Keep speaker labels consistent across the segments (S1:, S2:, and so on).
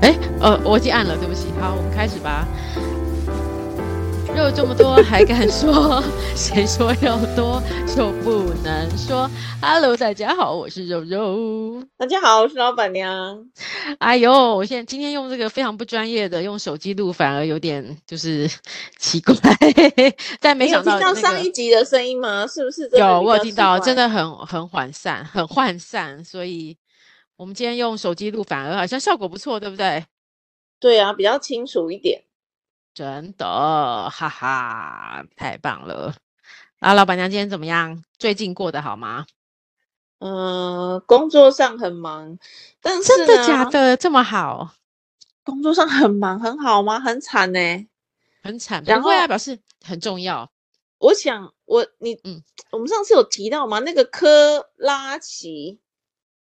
S1: 哎，呃，我已经按了，对不起。好，我们开始吧。肉这么多，还敢说？谁说肉多就不能说？Hello，大家好，我是肉肉。
S2: 大家好，我是老板娘。
S1: 哎呦，我现在今天用这个非常不专业的，用手机录反而有点就是奇怪， 但没
S2: 你有
S1: 想
S2: 听
S1: 到、那
S2: 到
S1: 个
S2: 上一集的声音吗？是不是真的
S1: 有，
S2: 比
S1: 我有
S2: 较
S1: 听
S2: 奇
S1: 到，
S2: 怪
S1: 真的很很涣散，很涣散，所以我们今天用手机录反而好像效果不错，对不对？
S2: 对啊，比较清楚一点。
S1: 真的，哈哈，太棒了！啊，老板娘今天怎么样？最近过得好吗？
S2: 嗯、工作上很忙，但是
S1: 真的假
S2: 呢？
S1: 的？这么好，
S2: 工作上很忙，很好吗？很惨呢、
S1: 很惨，
S2: 然
S1: 不会啊，
S2: 后
S1: 表示很重要。
S2: 我想，我你，
S1: 嗯
S2: 嗯，我们上次有提到吗？那个科拉奇，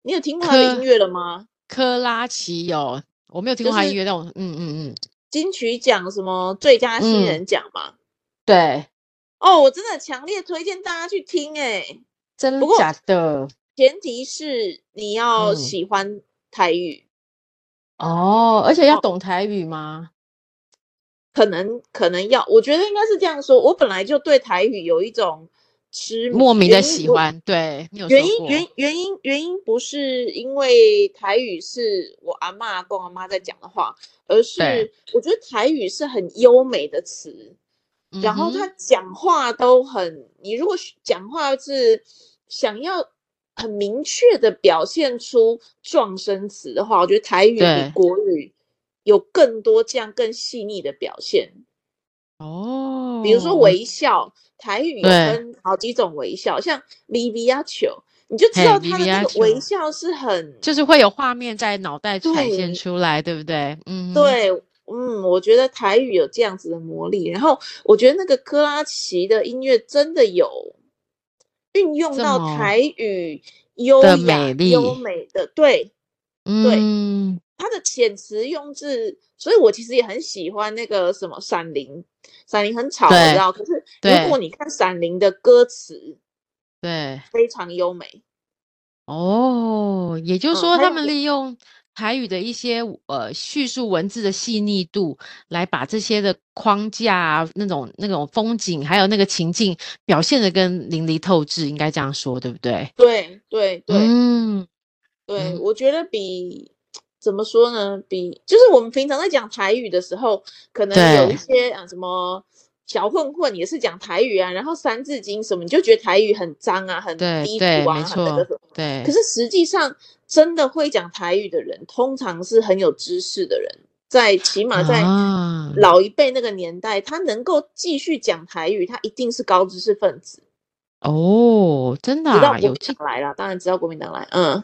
S2: 你有听过他
S1: 科
S2: 的音乐了吗？
S1: 科拉奇有，我没有听过
S2: 就
S1: 他音
S2: 是
S1: 乐，但我嗯嗯嗯，
S2: 金曲奖什么最佳新
S1: 嗯
S2: 人奖嘛？
S1: 对，
S2: 哦，我真的强烈推荐大家去听哎、
S1: 真
S2: 不过
S1: 假的
S2: 前提是你要
S1: 嗯
S2: 喜欢台语。
S1: 哦，而且要
S2: 哦
S1: 懂台语吗？
S2: 可能可能要，我觉得应该是这样说。我本来就对台语有一种痴迷，
S1: 莫名
S2: 嗯原
S1: 的
S2: 因
S1: 喜
S2: 不。
S1: 欢，对你有说
S2: 原因
S1: 过，
S2: 原原因原因不是因为台语是我阿嬷跟我阿妈在讲的话，而
S1: 对
S2: 是我觉得台语是很优美的词，然后
S1: 嗯
S2: 他
S1: 哼
S2: 讲话都很，你如果是讲话是想要很明确的表现出状声词的话，我觉得台语比
S1: 对
S2: 国语有更多这样更细腻的表现。
S1: 哦，
S2: 比如说
S1: 我
S2: 微笑，台语有
S1: 对
S2: 分好几种微笑，像 v i v i a 球，你就知
S1: 嘿
S2: 道
S1: ，V
S2: 他的
S1: V
S2: 那
S1: R
S2: 个微笑是很
S1: 就是会有画面在脑袋闪现
S2: 对
S1: 出来，对不对？嗯，，
S2: 对，嗯，我觉得台语有这样子的魔力。然后我觉得那个科拉奇的音乐真的有运用
S1: 这
S2: 到
S1: 么
S2: 台语优
S1: 的美
S2: 雅优
S1: 丽
S2: 美的，对
S1: 嗯，
S2: 它的遣词用字，所以我其实也很喜欢那个什么《闪灵》，《闪灵》很吵，我
S1: 对
S2: 知道，可是
S1: 对
S2: 如果你看《闪灵》的歌词，
S1: 对，
S2: 非常优美。
S1: 哦，也就是
S2: 嗯，
S1: 说，
S2: 还
S1: 他
S2: 有
S1: 们
S2: 我
S1: 利用台语的一些呃叙述文字的细腻度，来把这些的框架啊、那种那种风景，还有那个情境，表现的跟淋漓透支，应该这样说，对不对？
S2: 对对对、
S1: 嗯
S2: 对，
S1: 嗯
S2: 我觉得比怎么说呢？比就是我们平常在讲台语的时候，可能有一
S1: 对
S2: 些啊什么小混混也是讲台语啊，然后三字经什么，你就觉得台语很脏啊，很
S1: 对
S2: 低
S1: 对，
S2: 俗
S1: 没
S2: 啊，很那
S1: 错，
S2: 个什么。可
S1: 对
S2: 是实际上，真的会讲台语的人，通常是很有知识的人，在起码在
S1: 啊，
S2: 老一辈那个年代，他能够继续讲台语，他一定是高知识分子。
S1: 哦，真的
S2: 直到
S1: 啊，
S2: 国
S1: 有
S2: 民
S1: 这
S2: 党来了，当然直到国民党来，嗯，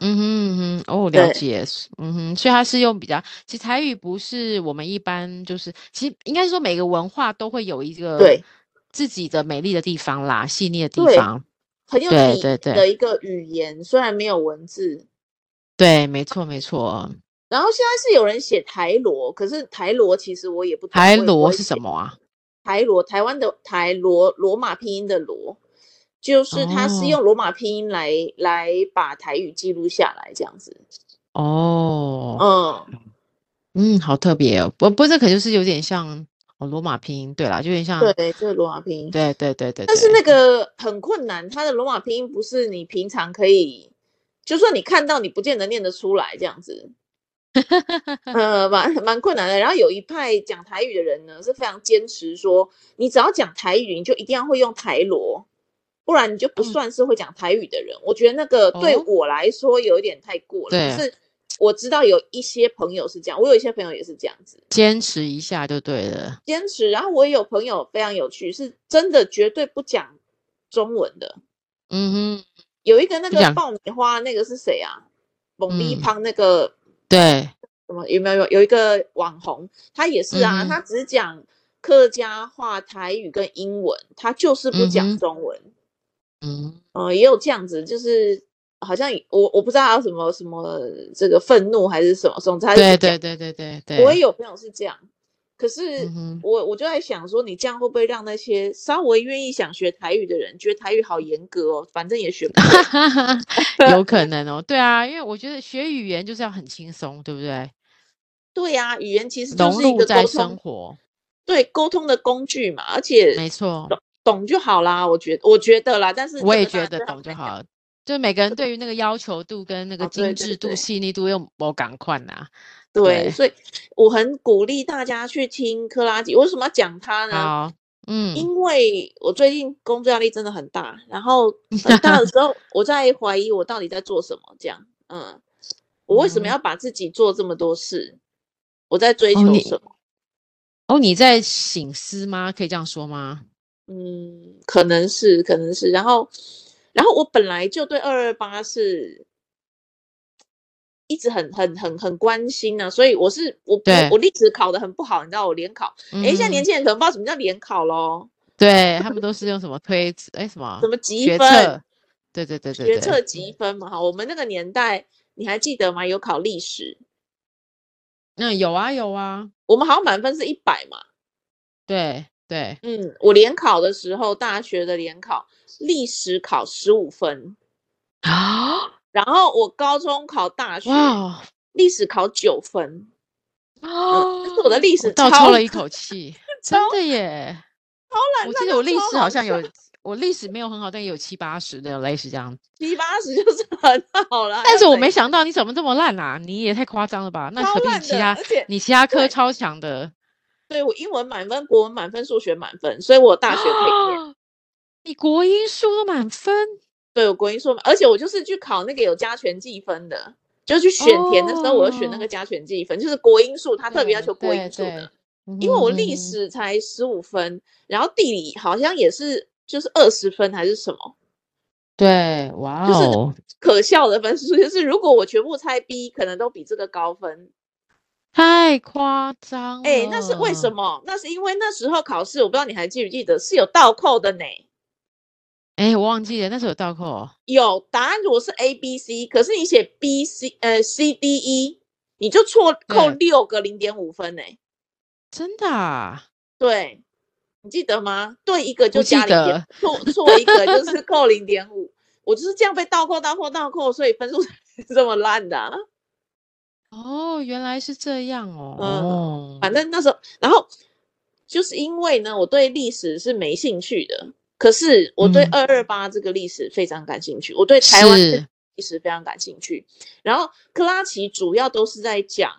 S1: 嗯哼嗯哼，哦，了
S2: 对
S1: 解，嗯哼，所以它是用比较，其实台语不是我们一般就是，其实应该是说每个文化都会有一个
S2: 对
S1: 自己的美丽的地方啦，细腻的地
S2: 对，
S1: 方，
S2: 很有
S1: 对
S2: 底
S1: 对
S2: 蕴
S1: 对
S2: 的一个语言，虽然没有文字。
S1: 对，没错没错。
S2: 然后现在是有人写台罗，可是台罗其实我也不懂，
S1: 台
S2: 我也不
S1: 罗
S2: 会
S1: 是什
S2: 写
S1: 么啊？
S2: 台罗，台湾的台罗，罗马拼音的罗，就是它是
S1: 哦
S2: 用罗马拼音来来把台语记录下来，这样子。
S1: 哦，
S2: 嗯，
S1: 嗯，好特别哦，不不，这可就是有点像哦罗马拼音，对啦，就有点像，
S2: 对，就是罗马拼音。
S1: 对对对对
S2: 但是
S1: 对，
S2: 那个很困难，它的罗马拼音不是你平常可以，就算你看到，你不见得念得出来这样子。呃，蛮蛮困难的。然后有一派讲台语的人呢，是非常坚持说，你只要讲台语，你就一定要会用台罗，不然你就不
S1: 嗯
S2: 算是会讲台语的人。我觉得那个对
S1: 哦，
S2: 我来说有一点太过了，可
S1: 对，啊
S2: 是我知道有一些朋友是这样，我有一些朋友也是这样子
S1: 坚持一下就对了。
S2: 坚持。然后我也有朋友非常有趣，是真的绝对不讲中文的。
S1: 嗯哼，
S2: 有一个那
S1: 不
S2: 个
S1: 讲，
S2: 爆米花，那个是谁啊？蹦迪
S1: 嗯，
S2: 胖那个
S1: 对，
S2: 什么有没有有有一个网红，他也是
S1: 嗯
S2: 啊，
S1: 哼。
S2: 他只讲客家话、台语跟英文，他就是不
S1: 嗯
S2: 讲
S1: 哼，
S2: 中文。
S1: 嗯，
S2: 嗯、也有这样子，就是好像也我我不知道他有什么什么这个愤怒还是什么，总之他就不
S1: 对
S2: 讲。
S1: 对对对对
S2: 我也
S1: 对，
S2: 有朋友是这样，可
S1: 嗯
S2: 是
S1: 哼，
S2: 我我就在想说，你这样会不会让那些稍微愿意想学台语的人觉得台语好严格哦，反正也学不 会。
S1: 有可能哦，对啊，因为我觉得学语言就是要很轻松，对不对？
S2: 对呀、语言其实就
S1: 融
S2: 是一
S1: 入
S2: 个
S1: 在
S2: 沟
S1: 生
S2: 通，
S1: 活，
S2: 对沟通的工具嘛，而且
S1: 没错，
S2: 懂就好啦，我觉得我觉得啦，但是
S1: 我
S2: 这
S1: 也
S2: 个当
S1: 觉
S2: 然
S1: 得
S2: 最
S1: 懂就好了。就每个人对于那个要求度跟那个
S2: 哦对
S1: 精
S2: 对
S1: 致度、
S2: 对
S1: 细腻度又不赶快呐。对
S2: 对，所以我很鼓励大家去听克拉吉。为什么要讲他呢？
S1: 好，嗯，
S2: 啊因为我最近工作压力真的很大，然后很大的 时候，我在怀疑我到底在做什么。这样，嗯，我为什么
S1: 嗯
S2: 要把自己做这么多事？我在追
S1: 哦
S2: 求
S1: 你
S2: 什么？
S1: 哦，你在醒思吗？可以这样说吗？
S2: 嗯，可能是，可能是。然后，然后我本来就对二二八是一直很很很很关心啊，所以我是我不
S1: 对
S2: 我历史考得很不好，你知道我联考。
S1: 哎
S2: 哎、现在年轻人可能不知道什么叫联考喽，
S1: 对他们都是用什么推哎什么
S2: 什么积
S1: 学
S2: 分、
S1: 测？对对对对
S2: 学
S1: 对，
S2: 测积分嘛。哈，我们那个年代，你还记得吗？有考历史，
S1: 嗯有啊有啊，
S2: 我们好像满分是一百嘛。
S1: 对对，
S2: 嗯，我联考的时候，大学的联考历史考十五分，
S1: 啊，
S2: 然后我高中考大学
S1: 哇哦
S2: 历史考九分。嗯
S1: 哦，
S2: 是我的历史
S1: 倒抽
S2: 超
S1: 了一口气，真
S2: 超
S1: 的耶！
S2: 超
S1: 我
S2: 懒
S1: 记
S2: 散
S1: 得
S2: 到
S1: 我历
S2: 超
S1: 史好
S2: 好
S1: 像有，我历史没有很好，但也有七八十的类似这样。
S2: 七八十就是很好了。还
S1: 但
S2: 要
S1: 是我
S2: 怎
S1: 没
S2: 样
S1: 想到你怎么这么烂啊！你也太夸张了吧？那
S2: 超
S1: 可定
S2: 烂
S1: 你其
S2: 的，
S1: 他
S2: 而 且
S1: 你其他科
S2: 对
S1: 超强的，
S2: 对我英文满分，国文满分，数学满分，所以我大学可以
S1: 哦
S2: 念。
S1: 你国英数都满分，
S2: 对我国英数，而且我就是去考那个有加权计分的，就去选填的时候，我就选那
S1: 哦
S2: 个加权计分，就是国英数，他特别要
S1: 对
S2: 求国英
S1: 对
S2: 数
S1: 对
S2: 的。因为我
S1: 嗯
S2: 历
S1: 哼哼哼
S2: 史才十五分，然后地理好像也是就是二十分还是什么，
S1: 对，哇
S2: 就是
S1: 哦，
S2: 可笑的分数就是如果我全部猜 B，可能都比这个高分。
S1: 太夸张了！
S2: 哎、那是为
S1: 哦
S2: 什？么？那是因为那时候考试，我不知道你还记不记得是有倒扣的呢。
S1: 哎，我忘记了，那时候有倒扣哦。
S2: 有答案如果是 A B C，可是你写 B C 呃 C D E，你就错扣
S1: 对
S2: 六个零点五分呢、
S1: 真的啊？
S2: 对，你记得吗？对一个就
S1: 不记
S2: 加零点
S1: 得，
S2: 错错一个就是扣零点五。我就是这样被倒扣、倒扣、倒扣，所以分数才 这么烂的啊、
S1: 哦，原来是这样哦。
S2: 嗯
S1: 哦，
S2: 反正那时候，然后就是因为呢，我对历史是没兴趣的，可是我对
S1: 嗯
S2: 二二八这个历史非常感兴趣，我对台湾
S1: 是
S2: 历史非常感兴趣。然后克拉奇主要都是在讲，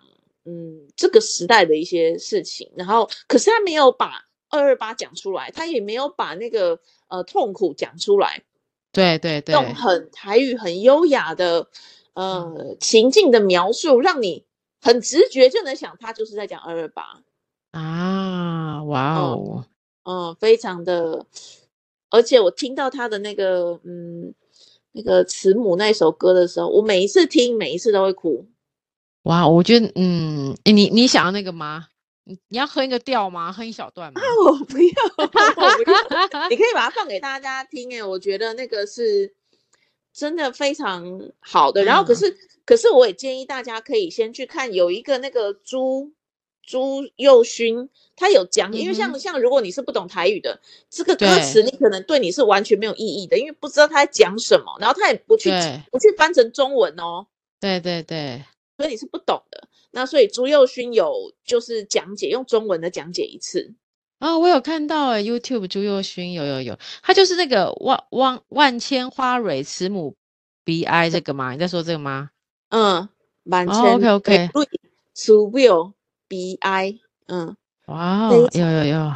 S2: 嗯，这个时代的一些事情。然后，可是他没有把二二八讲出来，他也没有把那个呃痛苦讲出来，
S1: 对对对，
S2: 用很台语很优雅的
S1: 嗯
S2: 呃情境的描述，让你很直觉就能想，他就是在讲二二八。
S1: 啊，哇
S2: 嗯
S1: 哦，
S2: 嗯，非常的，而且我听到他的那个嗯那个慈母那首歌的时候，我每一次听，每一次都会哭。
S1: 哇，我觉得，嗯，诶你你想要那个吗？你你要哼一个调吗？哼一小段吗？
S2: 啊我不要，我不要。 你可以把它放给大家听诶、我觉得那个是真的非常好的。然后可
S1: 嗯
S2: 是、可是我也建议大家可以先去看有一个那个朱朱佑勋，他有讲，因为
S1: 嗯
S2: 像、
S1: 哼
S2: 像如果你是不懂台语的，这个歌
S1: 对
S2: 词你可能对你是完全没有意义的，因为不知道他在讲什么，然后他也不去
S1: 对
S2: 不去翻成中文哦。
S1: 对对对，
S2: 所以你是不懂的，那所以朱佑勋有就是讲解用中文的讲解一次，
S1: 啊，我有看到哎，YouTube 朱佑勋有有有，他就是那个万万万千花蕊慈母悲哀这个吗？你在说这个吗？
S2: 嗯，满
S1: 哦
S2: 千、
S1: ，OK，OK
S2: 对，Su Will B I，嗯，
S1: 哇
S2: 非
S1: 哦，有有有，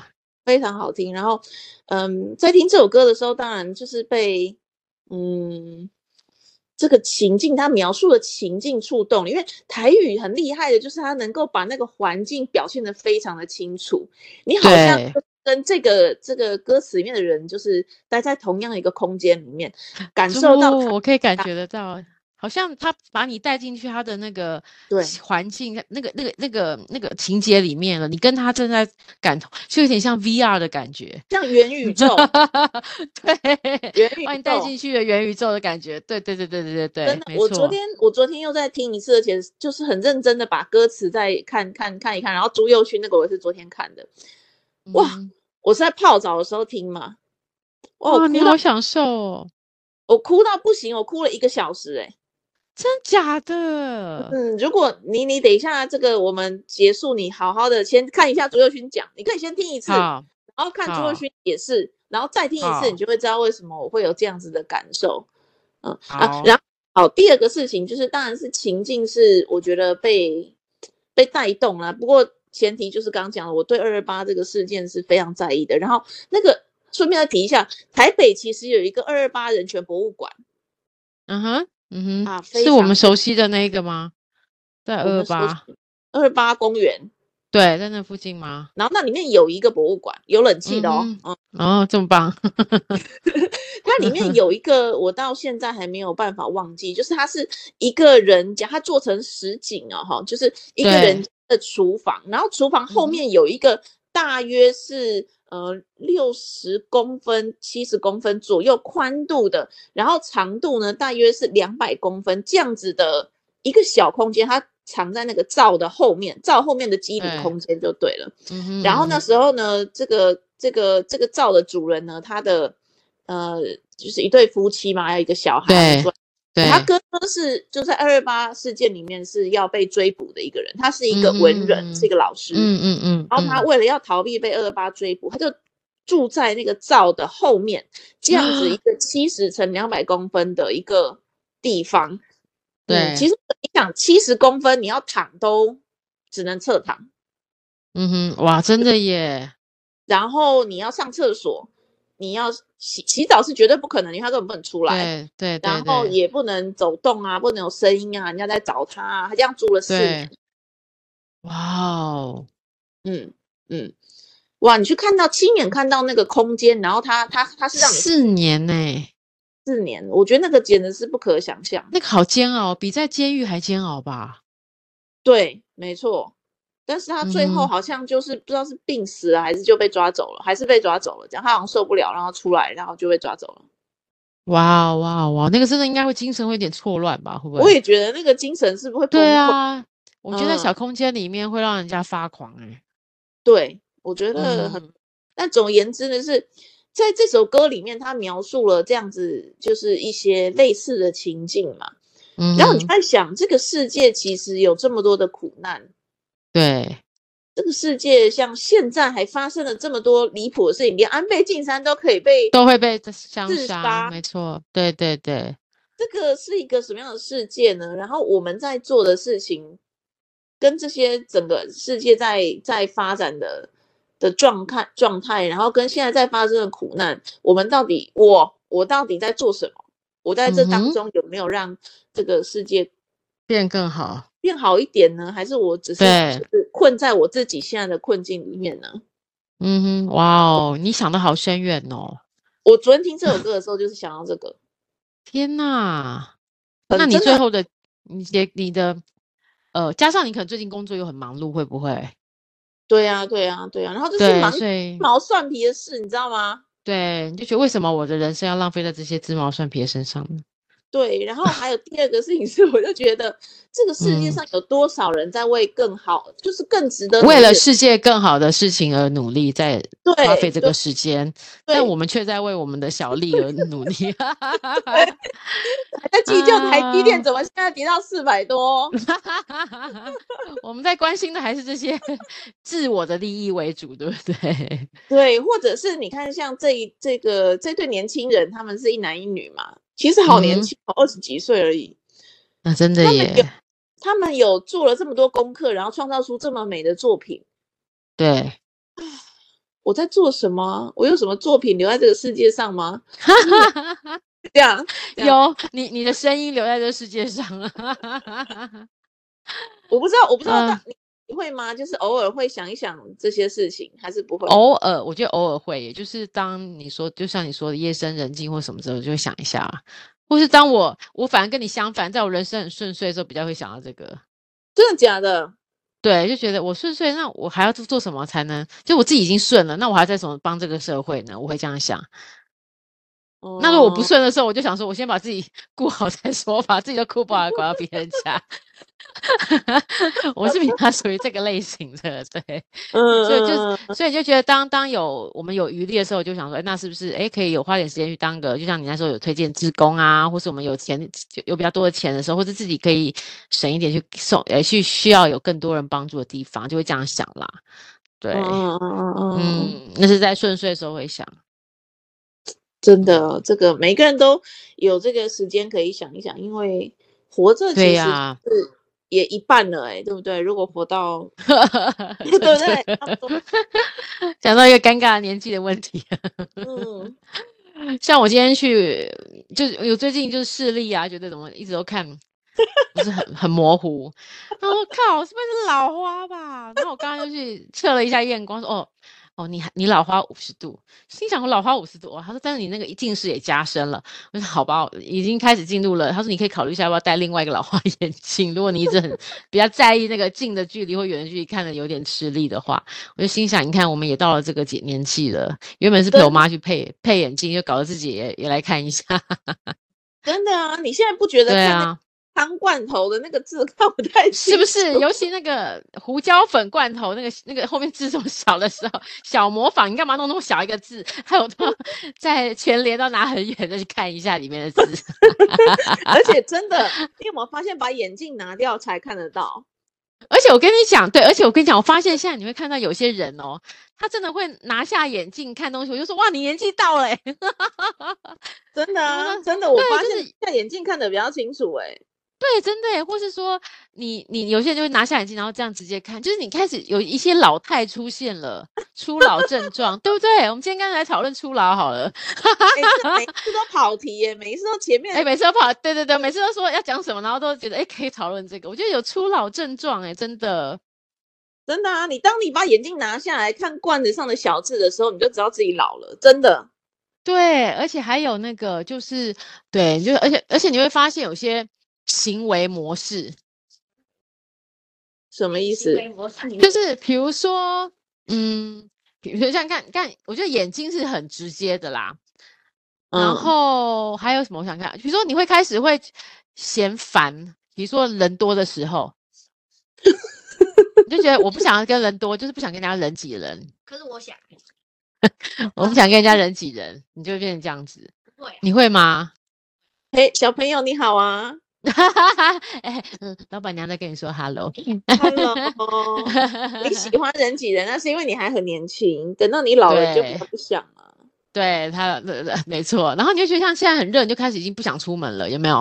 S2: 非常好听。然后，嗯，在听这首歌的时候，当然就是被嗯这个情境，它描述的情境触动，因为台语很厉害的，就是它能够把那个环境表现的非常的清楚，你好像
S1: 对
S2: 就跟这个这个歌词里面的人，就是待在同样一个空间里面，感
S1: 真
S2: 受到
S1: 不
S2: 他
S1: 哦我可以感觉得到，好像他把你带进去他的那个
S2: 对
S1: 情环境、那个、那个、那个、那个情节里面了。你跟他正在感同，就有点像 VR 的感觉。
S2: 像元 宇宙，
S1: 对，
S2: 元宇宙
S1: 把你带进去的元宇宙的感觉。对对对对对对对，
S2: 真的，
S1: 没
S2: 我昨
S1: 错
S2: 天我昨天又在听一次，而且就是很认真的把歌词再看看看一看，然后朱佑勋那个我也是昨天看的，哇
S1: 嗯
S2: 我是在泡澡的时候听嘛，哇，
S1: 哇，
S2: 我
S1: 你
S2: 哭到
S1: 好享受哦！
S2: 我哭到不行，我哭了一个小时哎、
S1: 真假的？
S2: 嗯，如果你你等一下这个我们结束，你好好的先看一下朱佑勋讲，你可以先听一次，然
S1: 好，
S2: 后看朱
S1: 好
S2: 佑勋解释，然后再听一
S1: 好
S2: 次，你就会知道为什么我会有这样子的感受。嗯啊
S1: 好，
S2: 然后好，第二个事情就是，当然是情境是我觉得被被带动了，不过前提就是刚刚讲的，我对二二八这个事件是非常在意的。然后那个顺便再提一下，台北其实有一个二二八人权博物馆。
S1: 嗯哼，嗯哼，
S2: 啊非
S1: 是我
S2: 常
S1: 们熟悉的那一个吗？在
S2: 我
S1: 二
S2: 们熟
S1: 八，
S2: 二八公园，
S1: 对，在那附近吗？
S2: 然后那里面有一个博物馆，有冷气的哦。
S1: 嗯
S2: 嗯
S1: 哦，这么棒，
S2: 它里面有一个我到现在还没有办法忘记，就是它是一个人家，它做成实景哦，哈，就是一个人
S1: 对
S2: 的厨房，然后厨房
S1: 嗯
S2: 后
S1: 哼
S2: 面有一个大约是。呃，六十公分、七十公分左右宽度的，然后长度呢大约是两百公分这样子的一个小空间，它藏在那个灶的后面，灶后面的基底
S1: 对
S2: 空间就对了。
S1: 嗯哼，
S2: 然后
S1: 嗯
S2: 那
S1: 哼？
S2: 时候呢，这个这个这个灶的主人呢，他的呃，就是一对夫妻嘛，还有一个小孩。
S1: 对
S2: 说
S1: 对，
S2: 他哥哥是就在二二八事件里面是要被追捕的一个人，他是一个文人，
S1: 嗯
S2: 是一个老师。
S1: 嗯嗯嗯，
S2: 然后他
S1: 嗯
S2: 为了要逃避被二二八追捕，他就住在那个灶的后面，这样子一
S1: 啊
S2: 个七十乘两百公分的一个地方。嗯
S1: 对
S2: 其实你想七十公分，你要躺都只能侧躺。
S1: 嗯哼，哇，真的耶，
S2: 然后你要上厕所，你要洗洗澡是绝对不可能，因为他根本不能出来，
S1: 对对对
S2: 然后
S1: 对
S2: 也不能走动啊，不能有声音啊，人家在找他啊，他这样住了四年
S1: 对，，哇哦，
S2: 嗯嗯，哇，你去看到亲眼看到那个空间，然后他他他是让你
S1: 四年呢、
S2: 四年，我觉得那个简直是不可想象，
S1: 那个好煎熬，比在监狱还煎熬吧？
S2: 对，没错。但是他最
S1: 嗯
S2: 后
S1: 哼
S2: 好像就是不知道是病死了，还是就被抓走了，还是被抓走了。这样他好像受不了，然后出来，然后就被抓走了。
S1: 哇哦哇哇，那个真的应该会精神会有点错乱吧？会不会？
S2: 我也觉得那个精神是不是会
S1: 对
S2: 崩溃？
S1: 啊，我觉得在
S2: 嗯
S1: 小空间里面会让人家发狂哎、
S2: 对，我觉得很
S1: 嗯，
S2: 但总而言之呢，是在这首歌里面，他描述了这样子，就是一些类似的情境嘛。
S1: 嗯
S2: 然后你
S1: 哼
S2: 在想，这个世界其实有这么多的苦难，
S1: 对，
S2: 这个世界像现在还发生了这么多离谱的事情，连安倍晋三都可以被，
S1: 都会被这相
S2: 自
S1: 杀，
S2: 杀
S1: 没错，对对对，
S2: 这个是一个什么样的世界呢？然后我们在做的事情，跟这些整个世界在在发展的的状态状态，然后跟现在在发生的苦难，我们到底我我到底在做什么？我在这
S1: 嗯
S2: 当
S1: 哼
S2: 中有没有让这个世界
S1: 变更好，
S2: 变好一点呢？还是我只是
S1: 对
S2: 就是困在我自己现在的困境里面呢？
S1: 嗯哼，哇哦，你想的好深远哦，
S2: 我昨天听这 首歌的时候，就是想到这个，
S1: 天呐，
S2: 很
S1: 那你
S2: 呃真
S1: 最
S2: 的
S1: 后的你的你的呃，加上你可能最近工作又很忙碌，会不会？
S2: 对呀、对呀、对啊呀、然后就是
S1: 对，
S2: 忙
S1: 所以
S2: 毛蒜皮的事，你知道吗？
S1: 对，你就觉得为什么我的人生要浪费在这些鸡毛蒜皮的身上呢？
S2: 对，然后还有第二个事情是，我就觉得这个世界
S1: 嗯
S2: 上有多少人在为更好，就是更值得
S1: 为
S2: 努
S1: 了
S2: 力
S1: 世界更好的事情而努力，在
S2: 的对
S1: 花费这
S2: 对
S1: 个时间，
S2: 对
S1: 但我们却在为我们的小利而努力。
S2: 还在计较台积电
S1: 啊
S2: 怎么现在跌到四 百多，
S1: 我们在关心的还是这些 自我的利益为主，对不对？
S2: 对，或者是你看像这一这个这对年轻人，他们是一男一女嘛，其实好
S1: 嗯
S2: 年
S1: 哼
S2: 轻哦，二十几岁而已，
S1: 那真的
S2: 他们有
S1: 耶，
S2: 他们有做了这么多功课，然后创造出这么美的作品，
S1: 对，
S2: 我在做什么啊？我有什么作品留在这个世界上吗？ 这样，这样
S1: 有你你的声音留在这世界上啊了。
S2: 我不知道，我不知道
S1: 嗯
S2: 大你你会吗？就是偶尔会想一想这些事情，还是不会？
S1: 偶尔，我觉得偶尔会，也就是当你说，就像你说的夜深人静或什么时候，就会想一下，啊或是当我我反而跟你相反，在我人生很顺遂的时候，比较会想到这个。
S2: 真的假的？
S1: 对，就觉得我顺遂，那我还要做做什么才能？就我自己已经顺了，那我还在怎么帮这个社会呢？我会这样想。那时候我
S2: 哦
S1: 不顺的时候，我就想说，我先把自己 顾好再说吧，自己都顾不好，管到别人家。 我是比较属于这个类型的，对，
S2: 嗯，
S1: 所以
S2: 嗯
S1: 就所以就觉得当当有我们有余力的时候，就想说，哎，那是不是哎可以有花点时间去当个，就像你那时候有推荐志工啊，或是我们有钱有有比较多的钱的时候，或是自己可以省一点去送，呃，去需要有更多人帮助的地方，就会这样想啦。对，
S2: 嗯嗯嗯嗯嗯，
S1: 嗯，那是在顺遂的时候会想。
S2: 真的，哦这个每个人都有这个时间可以想一想，因为活着其
S1: 对
S2: 实
S1: 呀、，
S2: 是也一半了、哎，对不对？如果活到
S1: 对
S2: 对不对？差不多
S1: 讲到一个尴尬的年纪的问题，
S2: 嗯，
S1: 像我今天去，就是有最近就是视力啊，觉得怎么一直都看不是很很模糊。然后我靠，是不是老花吧？然后我刚刚就去测了一下验光，说哦哦，你还你老花五十度，心想我老花五十度哦。他说，但是你那个近视也加深了。我说好吧，我已经开始进入了。他说你可以考虑一下要不要戴另外一个老花眼镜，如果你一直很 比较在意那个近的距离或远的距离看的有点吃力的话。我就心想，你看，我们也到了这个节年纪了，原本是陪我妈去配配眼镜，就搞得自己也也来看一下。
S2: 真的啊，你现在不觉得
S1: 对
S2: 看那个
S1: 啊，
S2: 汤罐头的那个字 看不太
S1: 是
S2: 清
S1: 不是？尤其那个胡椒粉罐头，那个那个后面字这么小的时候，小模仿，你干嘛弄那么小一个字？还有到在全联到拿很远再去看一下里面的字。
S2: 而且真的，你有没有发现把眼镜拿掉才看得到？
S1: 而且我跟你讲，对，而且我跟你讲，我发现现在你会看到有些人哦，他真的会拿下眼镜看东西，我就说哇，你年纪到了、欸，
S2: 真的啊，
S1: 嗯
S2: 真的，我
S1: 对
S2: 发
S1: 就
S2: 现
S1: 是
S2: 戴眼镜看得比较清楚、 哎，
S1: 对，真的耶，或是说你你有些人就会拿下眼镜，然后这样直接看，就是你开始有一些老态出现了，初老症状，对不对？我们今天刚才来讨论初老好了，
S2: 哎、这每次都跑题耶、每一次都前面
S1: 哎，每次都跑，对对对，每次都说要讲什么，然后都觉得哎可以讨论这个，我觉得有初老症状哎，真的，
S2: 真的啊，你当你把眼镜拿下来看罐子上的小字的时候，你就知道自己老了，真的。
S1: 对，而且还有那个就是对，就是而且而且你会发现有些行为模式，
S2: 什么意思？
S1: 就是比如说，嗯，比如说像看看，我觉得眼睛是很直接的啦，然
S2: 嗯，
S1: 后还有什么？我想看，比如说你会开始会嫌烦，比如说人多的时候，你就觉得我不想要跟人多，就是不想跟人家人挤人，
S3: 可是我想，
S1: 我不想跟人家人挤人，你就会变成这样 子。
S3: 不
S2: 啊
S3: 会，
S1: 你会吗？
S2: 嘿，小朋友你好啊
S1: 哎、嗯老板娘在跟你说 hello。
S2: ，Hello。你喜欢人挤人，啊那是因为你还很年轻，等到你老了就比较
S1: 对
S2: 不想啊了。
S1: 对他，对对没错。然后你就觉得像现在很热，你就开始已经不想出门了，有没 有？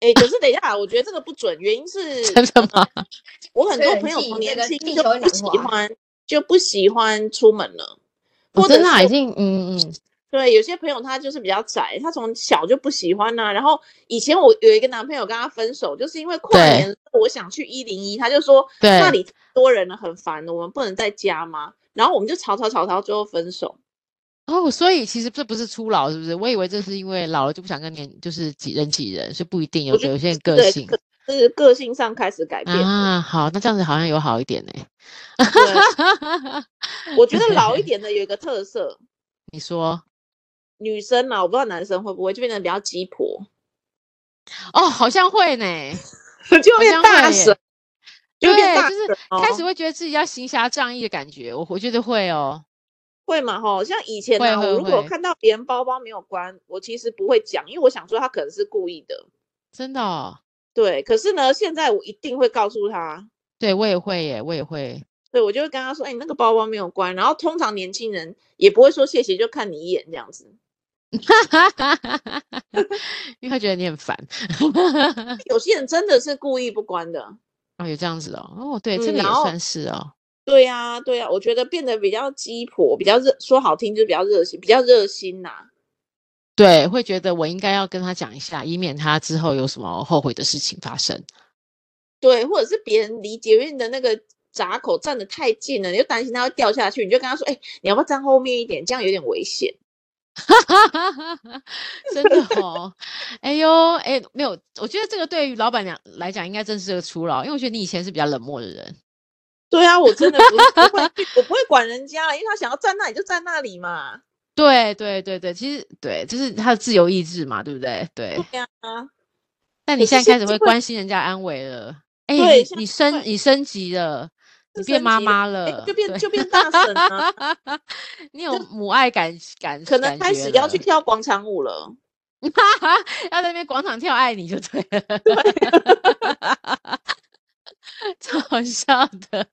S2: 哎，可是等一下，我觉得这个不准，原因是
S1: 真的吗？
S2: 我很
S3: 这
S2: 多
S3: 人
S2: 朋友
S3: 际
S2: 从
S3: 这
S2: 年
S3: 个
S2: 轻
S3: 地
S2: 就
S3: 球
S2: 不
S3: 暖
S2: 喜
S3: 化
S2: 欢就不喜欢出门了，或
S1: 我
S2: 者
S1: 真的啊、
S2: 是
S1: 已经，嗯嗯，
S2: 对，有些朋友他就是比较宅，他从小就不喜欢呐、然后以前我有一个男朋友跟他分手，就是因为跨
S1: 对
S2: 年的时候我想去一零一，他就说
S1: 对
S2: 那里太多人了，很烦的，我们不能在家吗？然后我们就吵吵吵吵，最后分手。
S1: 哦，所以其实这不是初老，是不是？我以为这是因为老了就不想跟年，就是挤人挤人，所以不一定有
S2: 我觉
S1: 的
S2: 得
S1: 有些人
S2: 对，
S1: 个性
S2: 可是个性上开始改变了。
S1: 啊。好，那这样子好像有好一点呢、
S2: 我觉得 老一点的有一个特色，
S1: 你说
S2: 女生啊嘛，我不知道男生会不会就变得比较鸡 婆，
S1: 哦，好像会呢，
S2: 就
S1: 好
S2: 变
S1: 像
S2: 大
S1: 会耶
S2: 神，就变
S1: 对
S2: 大
S1: 就是
S2: 神哦
S1: 开始会觉得自己要行侠仗义的感觉，我我觉得会哦。
S2: 会嘛吼，像以前呢、
S1: 会
S2: 啊，我
S1: 会
S2: 如果
S1: 会
S2: 看到别人包包没有关，我其实不会讲，因为我想说他可能是故意的。
S1: 真的、哦，
S2: 对，可是呢，现在我一定会告诉他，
S1: 对我也会耶，我也会。
S2: 对我就会跟他说，哎、你那个包包没有关。然后通常年轻人也不会说谢谢，就看你一眼这样子。
S1: 因为他觉得你很烦，
S2: 有些人真的是故意不关的。
S1: 哦，有这样子哦，哦，对，这
S2: 嗯
S1: 个也
S2: 然后
S1: 算是哦，
S2: 对呀、对啊呀、我觉得变得比较鸡婆，比较热，说好听就是比较热心，比较热心呐、
S1: 对，会觉得我应该要跟他讲一下，以免他之后有什么后悔的事情发生。
S2: 对，或者是别人离捷运的那个闸口站得太近了，你就担心他会掉下去，你就跟他说，哎、你要不要站后面一点？这样有点危险。
S1: 真的哦，哎呦，哎，没有，我觉得这个对于老板娘来讲，应该真是个初老，因为我觉得你以前是比较冷漠的人。
S2: 对啊，我真的不是不会去，我不会管人家，因为他想要站那里就站那里嘛。
S1: 对对对对，其实对，这是他的自由意志嘛，对不对？对。
S2: 对啊，
S1: 但
S2: 可
S1: 你
S2: 是
S1: 现在
S2: 现
S1: 开始
S2: 在
S1: 会
S2: 会
S1: 关心人家安危了。哎、
S2: 对
S1: 你你
S2: 现在
S1: 升
S2: 会
S1: 你升级了，你
S2: 是
S1: 变
S2: 升
S1: 妈
S2: 级
S1: 妈
S2: 哎
S1: 了，
S2: 就变
S1: 对
S2: 就变大婶了、
S1: 你有母爱感感，
S2: 可能
S1: 感
S2: 开
S1: 觉
S2: 始要去
S1: 了
S2: 跳广场舞了。
S1: 要在那边广场跳爱你就对了， 超好笑的。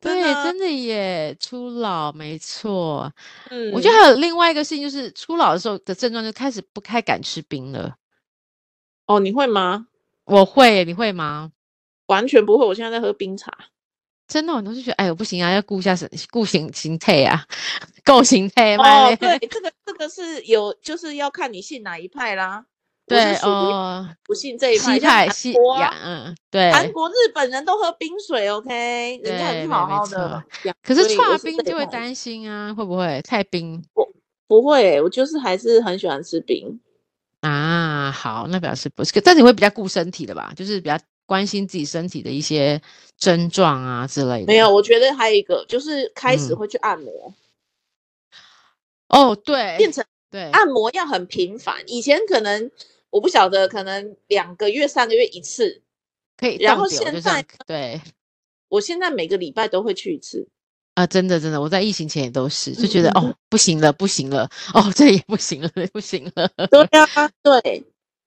S1: 对，
S2: 真的啊
S1: 真的耶，初老没错。
S2: 嗯，
S1: 我觉得还有另外一个事情，就是初老的时候的症状就开始不太敢吃冰了。
S2: 哦，你会吗？
S1: 我会，你会吗？
S2: 完全不会，我现在在喝冰茶。
S1: 真的，我都是觉得，哎呦，不行啊，要顾一下身，顾形形态啊，够形态嘛
S2: 哦，。对，这个这个是有，就是要看你信哪一派啦。我是
S1: 对
S2: 属于
S1: 哦，
S2: 不信这一派，
S1: 西
S2: 像
S1: 派
S2: 韩
S1: 西
S2: 国啊
S1: 呀，嗯，对。
S2: 韩国、日本人都喝冰水，OK，人家
S1: 对
S2: 很
S1: 没
S2: 好
S1: 没
S2: 好的养。
S1: 可
S2: 所
S1: 是
S2: 以
S1: 串
S2: 我
S1: 冰
S2: 这一
S1: 就会
S2: 派
S1: 担心啊，会不会太冰
S2: 不会、我就是还是很喜欢吃冰。
S1: 啊？好，那表示不是，但是你会比较顾身体的吧？就是比较关心自己身体的一些症状啊之类的。
S2: 没有，我觉得还有一个就是开始
S1: 嗯
S2: 会去按摩，
S1: 哦，对，
S2: 变成啊
S1: 对，
S2: 按摩要很频繁。以前可能我不晓得，可能两个月、三个月一次。
S1: 可以
S2: 然
S1: 冻
S2: 后
S1: 久
S2: 现
S1: 就像
S2: 在
S1: 对
S2: 我现在每个礼拜都会去一次。
S1: 啊，真的真的，我在疫情前也都是，就觉得
S2: 嗯嗯
S1: 哦不行了，不行了，哦这也不行了，不行 了，
S2: 对啊，对。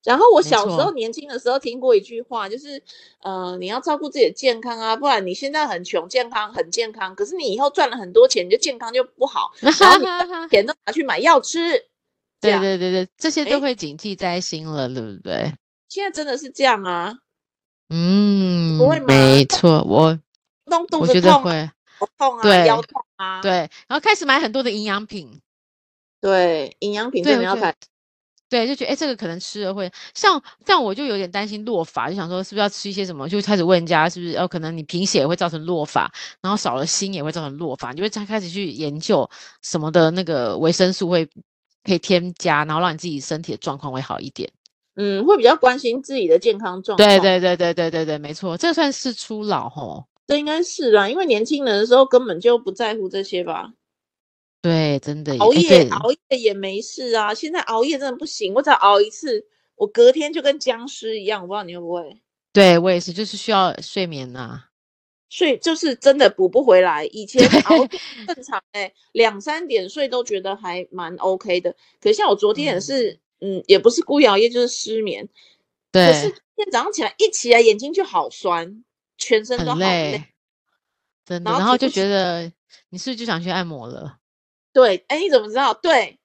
S2: 然后我
S1: 没
S2: 小时候
S1: 错
S2: 年轻的时候听过一句话，就是，呃，你要照顾自己的健康啊，不然你现在很穷，健康很健康，可是你以后赚了很多钱，你就健康就不 好，然后你把钱都拿去买药吃。这
S1: 对
S2: 样，
S1: 对对对，这些都
S2: 诶
S1: 会谨记在心了，对不对？
S2: 现在真的是这样啊，
S1: 嗯
S2: 会，吗
S1: 没错，我
S2: 弄肚
S1: 我
S2: 子
S1: 觉得
S2: 痛、
S1: 会，
S2: 头痛啊，
S1: 对
S2: 腰痛啊，
S1: 对，然后开始买很多的营养品，
S2: 对，营养品
S1: 对，
S2: 真
S1: 我
S2: 的要
S1: 觉得
S2: 看，
S1: 对，就觉得哎，这个可能吃了会像，像我就有点担心落发，就想说是不是要吃一些什么，就开始问人家是不是哦，可能你贫血也会造成落发，然后少了锌也会造成落发，你就会开始去研究什么的那个维生素会可以添加，然后让你自己身体的状况会好一点。
S2: 嗯，会比较关心自己的健康状况。
S1: 对对对对对对对，没错，这算是初老吼。
S2: 这应该是啦、因为年轻人的时候根本就不在乎这些吧。
S1: 对，真的耶
S2: 熬
S1: 哎
S2: 夜
S1: 对
S2: 熬夜也没事啊，现在熬夜真的不行，我只要熬一次，我隔天就跟僵尸一样。我不知道你会不会
S1: 对我也是，就是需要睡眠呐、
S2: 睡，就是真的补不回来。以前
S1: 对
S2: 熬夜正常哎、两三点睡都觉得还蛮 OK 的。可像我昨天也
S1: 嗯
S2: 是，嗯也不是故意熬夜，就是失眠。可是
S1: 对
S2: 今，天早上起来一起来眼睛就好酸，全身都
S1: 很
S2: 好累。
S1: 累，真的，
S2: 然后
S1: 然后
S2: 提
S1: 就
S2: 不起
S1: 觉得你是不是就想去按摩了？
S2: 对，哎，你怎么知道？对，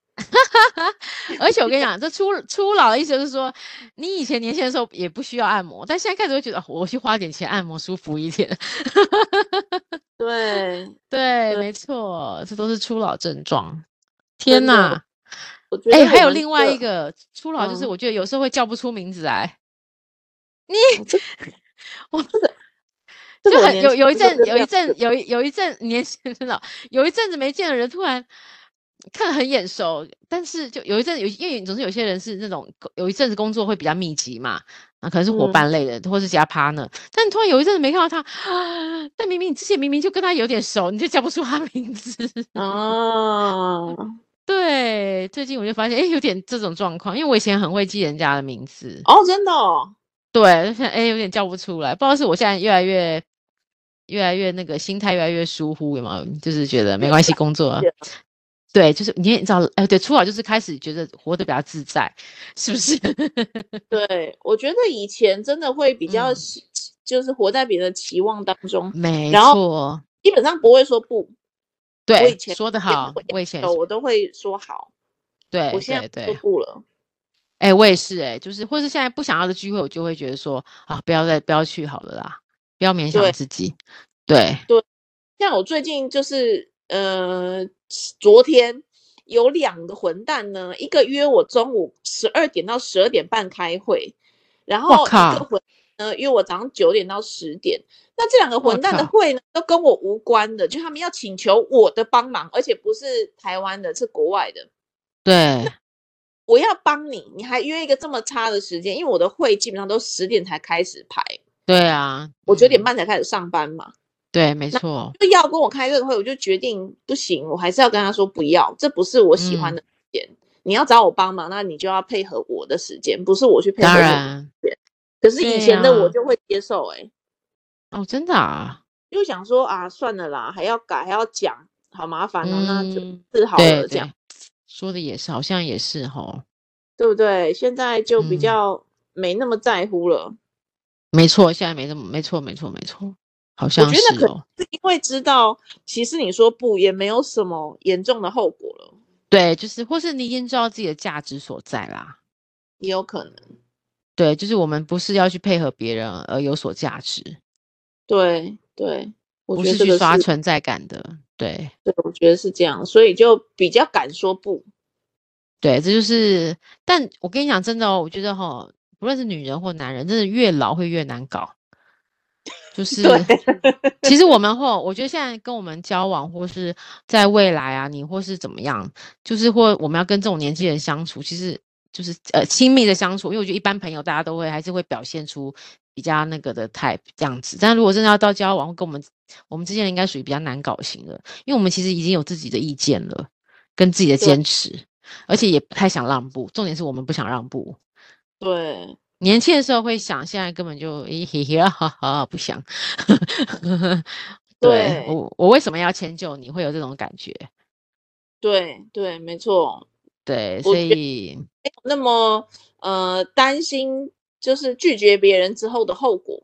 S1: 而且我跟你讲，这初初老的意思就是说，你以前年轻的时候也不需要按摩，但现在开始会觉得，哦我去花点钱按摩舒服一点。
S2: 对，
S1: 对，
S2: 对
S1: 没错，这都是初老症状。天
S2: 真的
S1: 哪！
S2: 我觉得
S1: 哎、
S2: 我
S1: 还有
S2: 们
S1: 另外
S2: 这
S1: 一个初老，就是
S2: 嗯
S1: 我觉得有时候会叫不出名字来。
S2: 哦这
S1: 我
S2: 这个这
S1: 就
S2: 个我
S1: 很
S2: 年
S1: 有
S2: 轻
S1: 有一阵
S2: 的时候真的
S1: 有一阵有
S2: 要
S1: 一有一阵年轻真的有一阵子没见的人，突然看得很眼熟，但是就有一阵有因为总是有些人是那种有一阵子工作会比较密集嘛，啊可能是伙
S2: 嗯
S1: 伴类的、或是其他 partner，但你突然有一阵子没看到他，啊、但明明你之前明明就跟他有点熟，你就叫不出他名字。
S2: 嗯啊，
S1: 对，最近我就发现哎有点这种状况，因为我以前很会记人家的名字，
S2: 哦，真的哦，
S1: 对，就现在哎有点叫不出来，不知道是我现在越来越越来越那个心态越来越疏忽，有没有？就是觉得没
S2: 越
S1: 关系，工作啊
S2: 越
S1: 对，就是你也知道，哎，对，初老就是开始觉得活得比较自在，是不是？
S2: 对，我觉得以前真的会比较
S1: 嗯
S2: 希，就是活在别人的期望当中，
S1: 没
S2: 然后
S1: 错，
S2: 基本上不会说不。
S1: 对，
S2: 前
S1: 说得
S2: 也
S1: 好
S2: 会，
S1: 我以前
S2: 有我都会说好，
S1: 对
S2: 我现在
S1: 对
S2: 不说
S1: 对，
S2: 不了。
S1: 哎，我也是哎，就是或是现在不想要的聚会，我就会觉得说啊，不要再不要去好了啦，不要勉强
S2: 对
S1: 自己，对，
S2: 像我最近就是，呃，昨天有两个混蛋呢，一个约我中午十二点到十二点半开会，然后一
S1: 靠
S2: 个混呢约我早上九点到十点。那这两个
S1: 我
S2: 混蛋的
S1: 靠
S2: 会呢，都跟我无关的，就他们要请求我的帮忙，而且不是台湾的，是国外的。
S1: 对，
S2: 我要帮你，你还约一个这么差的时间，因为我的会基本上都十点才开始排，
S1: 对啊，
S2: 我九点
S1: 嗯
S2: 半才开始上班嘛。
S1: 对，没错，
S2: 就要跟我开这个会，我就决定不行，我还是要跟他说不要，这不是我喜
S1: 嗯
S2: 欢的时间。你要找我帮忙，那你就要配合我的时间，不是我去配合
S1: 当
S2: 你。
S1: 然
S2: 可是以前的
S1: 对啊
S2: 我就会接受、欸，哎、
S1: 哦，真的啊，
S2: 就想说啊，算了啦，还要改，还要讲，好麻烦哦、那就
S1: 嗯
S2: 治好
S1: 对
S2: 了这
S1: 对
S2: 样，，
S1: 说的也是，好像也是吼，
S2: 对不对？现在就比
S1: 嗯
S2: 较没那么在乎了，
S1: 没错，现在没这么，没错，没错，没错，好像
S2: 觉得
S1: 是
S2: 可
S1: 哦，
S2: 是因为知道其实你说不也没有什么严重的后果了，
S1: 对，就是或是你已经知道自己的价值所在啦，
S2: 也有可能。
S1: 对，就是我们不是要去配合别人而有所价值，
S2: 对对，我
S1: 不
S2: 觉得
S1: 是
S2: 这
S1: 去
S2: 个
S1: 刷
S2: 是
S1: 存在感的，对
S2: 对，我觉得是这样，所以就比较敢说不。
S1: 对，这就是，但我跟你讲，真的哦，我觉得哈、不论是女人或男人，真的越老会越难搞，就是。其实我们或我觉得现在跟我们交往，或是在未来啊，你或是怎么样，就是或我们要跟这种年纪人相处，其实就是呃亲密的相处，因为我觉得一般朋友大家都会还是会表现出比较那个的 type 这样子，但如果真的要到交往，跟我们我们之间应该属于比较难搞型的，因为我们其实已经有自己的意见了，跟自己的
S2: 对
S1: 坚持，而且也不太想让步，重点是我们不想让步，
S2: 对，
S1: 年轻的时候会想，现在根本就咦嘿嘿啊哈哈不想。
S2: 对
S1: 我，我为什么要迁就你？会有这种感觉，
S2: 对对，没错，
S1: 对，
S2: 我
S1: 所
S2: 觉得
S1: 以
S2: 没有那么呃担心，就是拒绝别人之后的后果。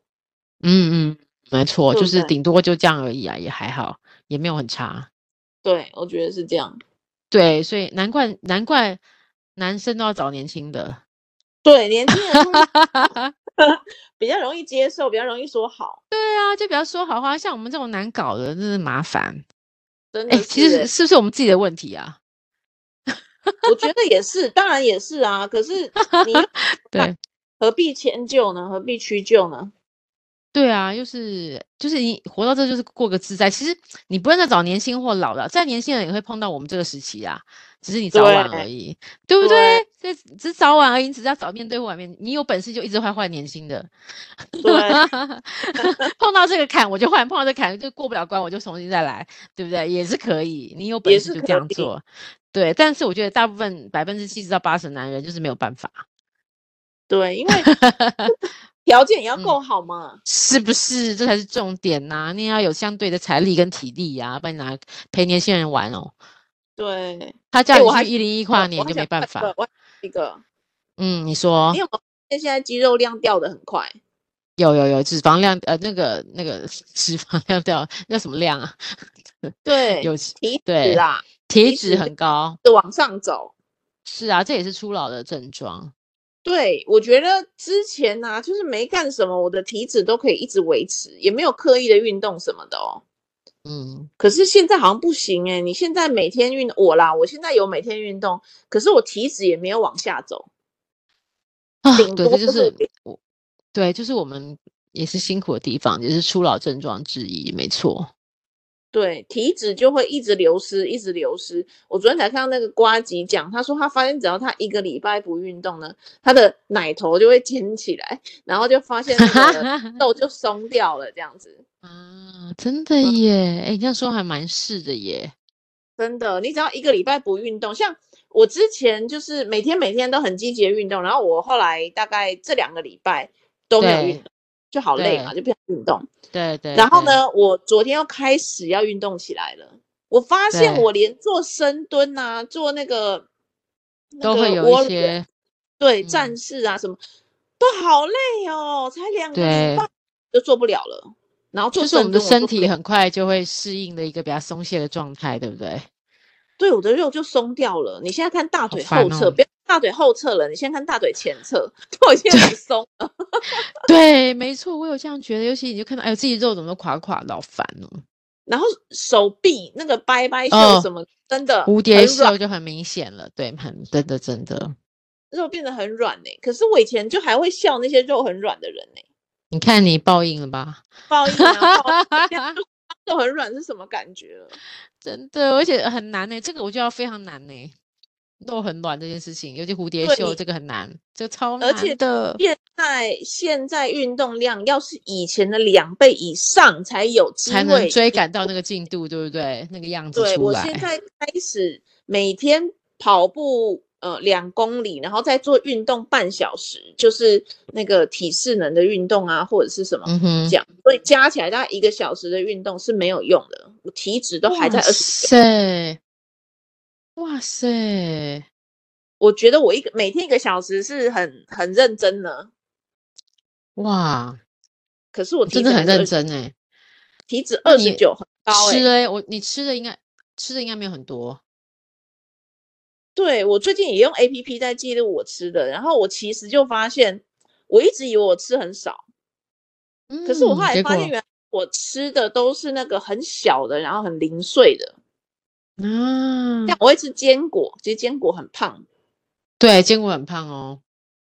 S1: 嗯嗯，没错，
S2: 对
S1: 就
S2: 不
S1: 是
S2: 对
S1: 顶多就这样而已啊，也还好，也没有很差。
S2: 对，我觉得是这样。
S1: 对，所以难怪难怪男生都要找年轻的，
S2: 对，年轻人 通常
S1: 哈哈哈。
S2: 比较容易接受，比较容易说好，
S1: 对啊，就不要说好话，像我们这种难搞的，真是麻烦。
S2: 真的
S1: 哎，
S2: 是、
S1: 其实
S2: 欸
S1: 是不是我们自己的问题啊？
S2: 我觉得也是，当然也是啊。可是 你又
S1: 对
S2: 何必迁就呢？何必屈就呢？
S1: 对啊，就是就是你活到这就是过个自在。其实你不论在找年轻或老的，再年轻人也会碰到我们这个时期啊，只是你早晚而
S2: 对
S1: 已，对不对这
S2: 对？
S1: 只是早晚而已，你只是要早面对或晚面。你有本事就一直换换年轻的，
S2: 对
S1: 碰到这个坎我就换，碰到这个坎就过不了关我就重新再来，对不对？也是可以，你有本
S2: 也
S1: 事
S2: 是
S1: 就
S2: 可
S1: 这样
S2: 以
S1: 做。对，但是我觉得大部分百分之七十到八十男人就是没有办法，
S2: 对，因为条件也要
S1: 嗯
S2: 够好嘛。
S1: 是不是？这才是重点呐、你也要有相对的财力跟体力呀、不然你拿陪年轻人玩哦。
S2: 对，
S1: 他叫
S2: 哎
S1: 你
S2: 我还
S1: 去一零一跨
S2: 我
S1: 年
S2: 还
S1: 就
S2: 想
S1: 没办
S2: 问一个
S1: 法。。
S2: 我还有一个，
S1: 嗯，你说
S2: 你有没有发现现在肌肉量掉的很快？
S1: 有有有脂肪量呃那个那个脂肪量掉那什么量啊？
S2: 对
S1: 有
S2: 体脂
S1: 对
S2: 啦，
S1: 体
S2: 体
S1: 脂
S2: 脂
S1: 很高，
S2: 是往上走。
S1: 是啊，这也是初老的症状。
S2: 对，我觉得之前呢、就是没干什么，我的体脂都可以一直维持，也没有刻意的运动什么的哦。
S1: 嗯，
S2: 可是现在好像不行哎、你现在每天运我啦，我现在有每天运动，可是我体脂也没有往下走，
S1: 啊，
S2: 顶
S1: 对，这
S2: 多
S1: 就
S2: 就是是
S1: 我，对，就是我们也是辛苦的地方，也是初老症状之一，没错。
S2: 对体脂就会一直流失，一直流失。我昨天才看到那个瓜吉讲，他说他发现只要他一个礼拜不运动呢，他的奶头就会尖起来，然后就发现那 个痘就松掉了，这样子。
S1: 啊，真的
S2: 嗯
S1: 耶！哎，你这样说还蛮是的耶。
S2: 真的，你只要一个礼拜不运动，像我之前就是每天每天都很积极的运动，然后我后来大概这两个礼拜都没有运
S1: 对
S2: 动，就好累嘛，
S1: 对
S2: 就不想运动。
S1: 对对。
S2: 然后
S1: 对？
S2: 呢，我昨天又开始要运动起来了。我发现
S1: 对
S2: 我连做深蹲啊，做那个
S1: 都会有一，
S2: 那个 warrior，
S1: 些
S2: 对
S1: 嗯
S2: 战士啊什么，都好累哦，才两个
S1: 对
S2: 礼拜就做不了了。然后做
S1: 就是我
S2: 深
S1: 们的
S2: 蹲，
S1: 身
S2: 做不
S1: 体
S2: 了
S1: 很快就会适应的一个比较松懈的状态，对不对？
S2: 对我的肉就松掉了。你现在看大腿
S1: 烦
S2: 后侧，
S1: 哦
S2: 不要大腿后侧了，你先看大腿前侧， 都已经很松了。
S1: 对，没错，我有这样觉得。尤其你就看到，哎呦，自己肉怎么都垮垮的，好烦哦。
S2: 然后手臂那个掰掰
S1: 哦
S2: 袖什么，真
S1: 蝴
S2: 的啊很
S1: 蝶
S2: 软
S1: 袖就很明显了，对，很真的真的。
S2: 肉变得很软呢、可是我以前就还会笑那些肉很软的人呢、
S1: 你看你报应了吧？
S2: 报应啊！报应 现在肉肉很软是什么感觉了？
S1: 真的，而且很难呢、这个我觉得非常难呢、肉很软这件事情，尤其蝴蝶
S2: 对
S1: 袖
S2: 你
S1: 这个很难，这个超
S2: 而且
S1: 难的。
S2: 在现在运动量要是以前的两倍以上才有机
S1: 才能
S2: 会
S1: 追赶到那个进度，对不对？那个样子
S2: 对
S1: 出
S2: 我
S1: 来。
S2: 现在开始每天跑步呃两公里，然后再做运动半小时，就是那个体适能的运动啊，或者是什么。
S1: 嗯哼，
S2: 这样，所以加起来大概一个小时的运动是没有用的，我体脂都还在
S1: 哇
S2: 二十。
S1: 塞，哇塞，
S2: 我觉得我一个每天一个小时是很很认真的，
S1: 哇，
S2: 可是我
S1: 你
S2: 体
S1: 真
S2: 脂
S1: 的很
S2: 还是
S1: 认
S2: 20，
S1: 真哎。
S2: 体脂
S1: 那
S2: 二
S1: 你
S2: 十九很高哎、
S1: 吃哎，我你吃的应该吃的应该没有很多。
S2: 对我最近也用 A P P 在记录我吃的，然后我其实就发现，我一直以为我吃很少，可是我
S1: 嗯
S2: 后来
S1: 结
S2: 发
S1: 果
S2: 现，原来我吃的都是那个很小的，然后很零碎的。
S1: 啊，
S2: 像我会吃坚果，其实坚果很胖，
S1: 对，坚果很胖哦。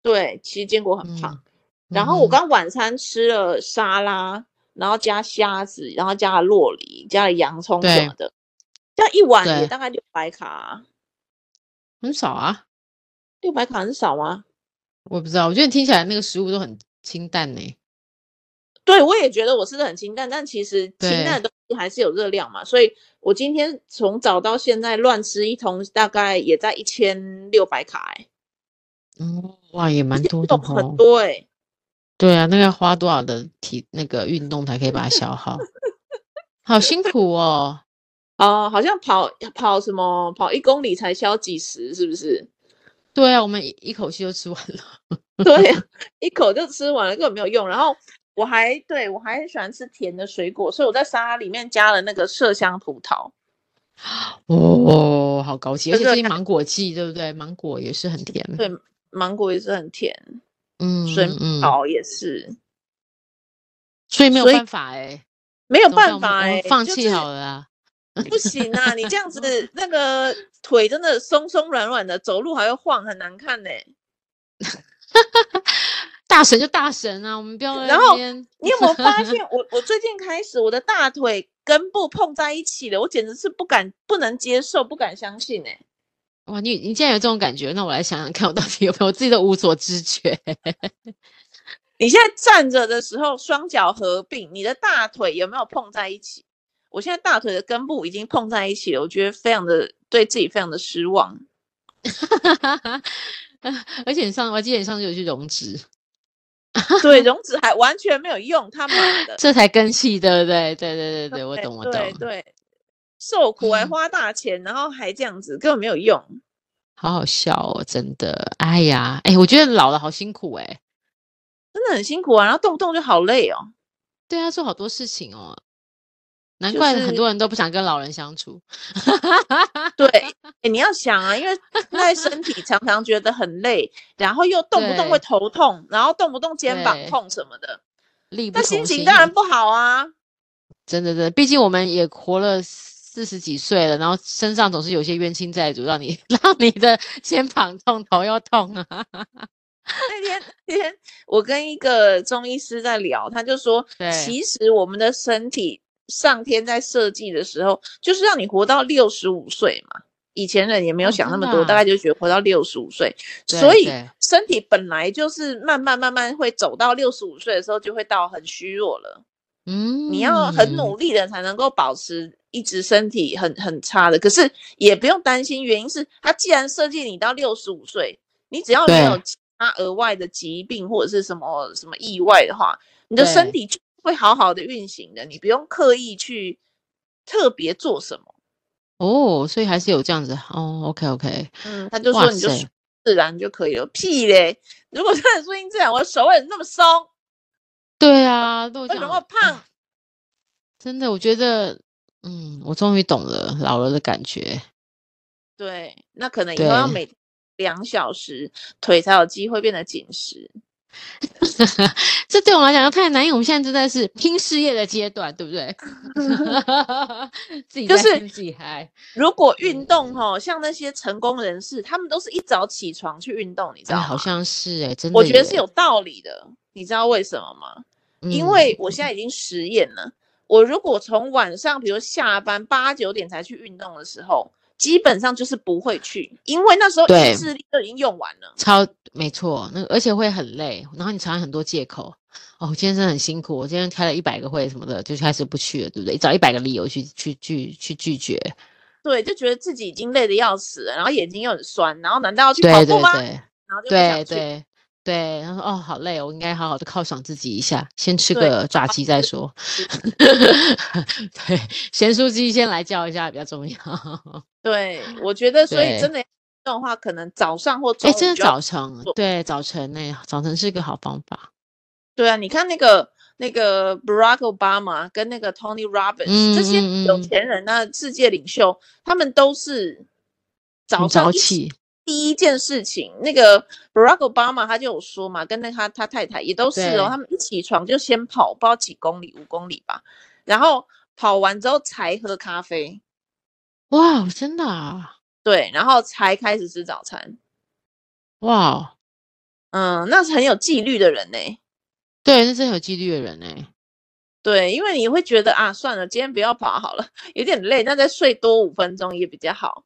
S2: 对，其实坚果很胖。
S1: 嗯
S2: 然后我
S1: 嗯
S2: 刚晚餐吃了沙拉，然后加虾子，然后加了洛梨，加了洋葱什
S1: 对
S2: 么的，这样一碗
S1: 对
S2: 也大概六百卡啊，
S1: 很少啊，
S2: 六百卡很少啊吗？
S1: 我也不知道，我觉得听起来那个食物都很清淡呢。
S2: 对，我也觉得我吃的很清淡，但其实清
S1: 对
S2: 淡的东西还是有热量嘛，所以我今天从早到现在乱吃一通，大概也在一千六百卡、欸，
S1: 嗯，哇，也蛮多的
S2: 动很
S1: 哦。
S2: 多哎、
S1: 对啊，那个要花多少的体那个运动才可以把它消 耗？好辛苦哦。
S2: 哦、好像跑跑什么跑一公里才消几十，是不是？
S1: 对啊，我们一一口气就吃完了。
S2: 对啊，一口就吃完了，根本没有用。然后我还对我还很喜欢吃甜的水果，所以我在沙拉里面加了那个麝香葡萄。
S1: 哦，好高级，而且
S2: 真的
S1: 最近芒果季，对不对？芒果也是很甜。
S2: 对芒果也是很甜，
S1: 嗯
S2: 水
S1: 嗯嗯，
S2: 桃也是，
S1: 所以没有
S2: 所以
S1: 办法哎，
S2: 没有
S1: 怎么办
S2: 办法
S1: 我们
S2: 哎、
S1: 我们放
S2: 就
S1: 弃
S2: 是
S1: 好了啊。
S2: 不行啊！你 这样子那个腿真的松松软软的，走路还会晃，很难看呢、
S1: 大神就大神啊，我们不要在
S2: 然
S1: 那
S2: 后
S1: 边
S2: 你有没有发现我我最近开始我的大腿根部碰在一起了，我简直是不敢不能接受，不敢相信哎、
S1: 哇，你你既然有这种感觉，那我来想想看，我到底有没有我自己都无所知觉。
S2: 你现在站着的时候，双脚合并，你的大腿有没有碰在一起？我现在大腿的根部已经碰在一起了，我觉得非常的对自己非常的 失望。
S1: 而且你上，我还记得你上次有去溶脂，
S2: 对，溶脂还完全没有用，他妈 的！
S1: 这才根气，对不对？对对对对，我
S2: 对
S1: 懂我
S2: 对
S1: 懂，
S2: 对，受苦还
S1: 嗯
S2: 花大钱，然后还这样子，根本没有用。
S1: 好好笑哦，真的。哎呀，哎，我觉得老了好辛苦哎。
S2: 真的很辛苦啊，然后动不动就好累哦。
S1: 对啊，做好多事情哦，难
S2: 就
S1: 怪很
S2: 是
S1: 多人都不想跟老人相处。
S2: 对，诶你要想啊，因为在身体常常觉得很累，然后又动不动会
S1: 对
S2: 头痛，然后动不动肩膀
S1: 对
S2: 痛什么的，
S1: 力不
S2: 那
S1: 从
S2: 心情
S1: 心
S2: 当
S1: 啊
S2: 然不好啊。
S1: 真的真的，毕竟我们也活了四十几岁了，然后身上总是有些冤亲债主，让你 让你的肩膀痛、头又痛啊。
S2: 那天那天我跟一个中医师在聊，他就说，
S1: 对
S2: 其实我们的身体上天在设计的时候，就是让你活到六十五岁嘛。以前人也没有
S1: 哦
S2: 想那
S1: 真
S2: 么
S1: 的
S2: 多，大
S1: 啊
S2: 概就觉得活到六十五岁，
S1: 对
S2: 所以
S1: 对
S2: 身体本来就是慢慢慢慢会走到六十五岁的时候，就会到很虚弱了。
S1: 嗯，
S2: 你要很努力的才能够保持一直身体很很差的，可是也不用担心，原因是它既然设计你到六十五岁，你只要没有
S1: 对
S2: 其他额外的疾病或者是什么什么意外的话，你的身
S1: 对
S2: 体就会好好的运行的，你不用刻意去特别做什么。
S1: 哦，所以还是有这样子哦。OK OK，
S2: 嗯，他就
S1: 哇
S2: 说你就
S1: 塞
S2: 自然就可以了，屁嘞！如果真的说因自然，我的手为什么那么松？
S1: 对啊，都
S2: 为什
S1: 讲
S2: 么胖？
S1: 真的，我觉得，嗯，我终于懂了老了的感觉。
S2: 对，那可能以后要
S1: 对
S2: 每两小时腿才有机会变得紧实。
S1: 这对我来讲太难，因为我们现在正在是拼事业的阶段，对不 对？自己
S2: 就
S1: 在
S2: 是
S1: 拼自己嗨，
S2: 如果运
S1: 嗯
S2: 动吼，像那些成功人士，他们都是一早起床去运动，你知
S1: 哎
S2: 道吗？
S1: 好像是哎、真的，
S2: 我觉得是有，道理的，你知道为什么吗？因
S1: 嗯
S2: 为我现在已经实验了，我如果从晚上，比如下班八九点才去运动的时候，基本上就是不会去，因为那时候
S1: 对
S2: 意志力都已经用完了。
S1: 超没错，那个而且会很累，然后你常常很多借口。哦，我今天真的很辛苦，我今天开了一百个会什么的，就开始不去了，对不对？找一百个理由去去去去拒绝。
S2: 对，就觉得自己已经累得要死了，然后眼睛又很酸，然后难道要去
S1: 对
S2: 跑
S1: 对
S2: 步吗？
S1: 对
S2: 然后就不
S1: 对
S2: 想去。
S1: 对对，他说哦，好累哦，我应该好好的犒赏自己一下，先吃
S2: 对
S1: 个炸鸡再 说。 对，咸酥鸡先来叫一下比较 重要。
S2: 对我觉得所以
S1: 对
S2: 真的要运动的话，可能早上或中
S1: 哎，
S2: 午
S1: 真的
S2: 哦就要
S1: 早晨，对早晨呢、早晨是个好方法。
S2: 对啊，你看那个那个 Barack Obama 跟那个 Tony Robbins、
S1: 嗯
S2: 这些
S1: 嗯嗯
S2: 有
S1: 嗯
S2: 钱人啊，世界领袖，他们都是早
S1: 很
S2: 上
S1: 早
S2: 一起
S1: 起，
S2: 第一件事情，那个 Barack Obama 他就有说嘛，跟那个他他太太也都是
S1: 对
S2: 哦，他们一起床就先跑，不知道几公里，五公里吧，然后跑完之后才喝咖啡，
S1: 哇，真的啊，
S2: 对，然后才开始吃早餐。
S1: 哇，哦
S2: 嗯，那是很有纪律的人呢、
S1: 对，那是很有纪律的人哎、
S2: 对，因为你会觉得啊，算了，今天不要跑好了， 有点累，那再睡多五分钟也比较好，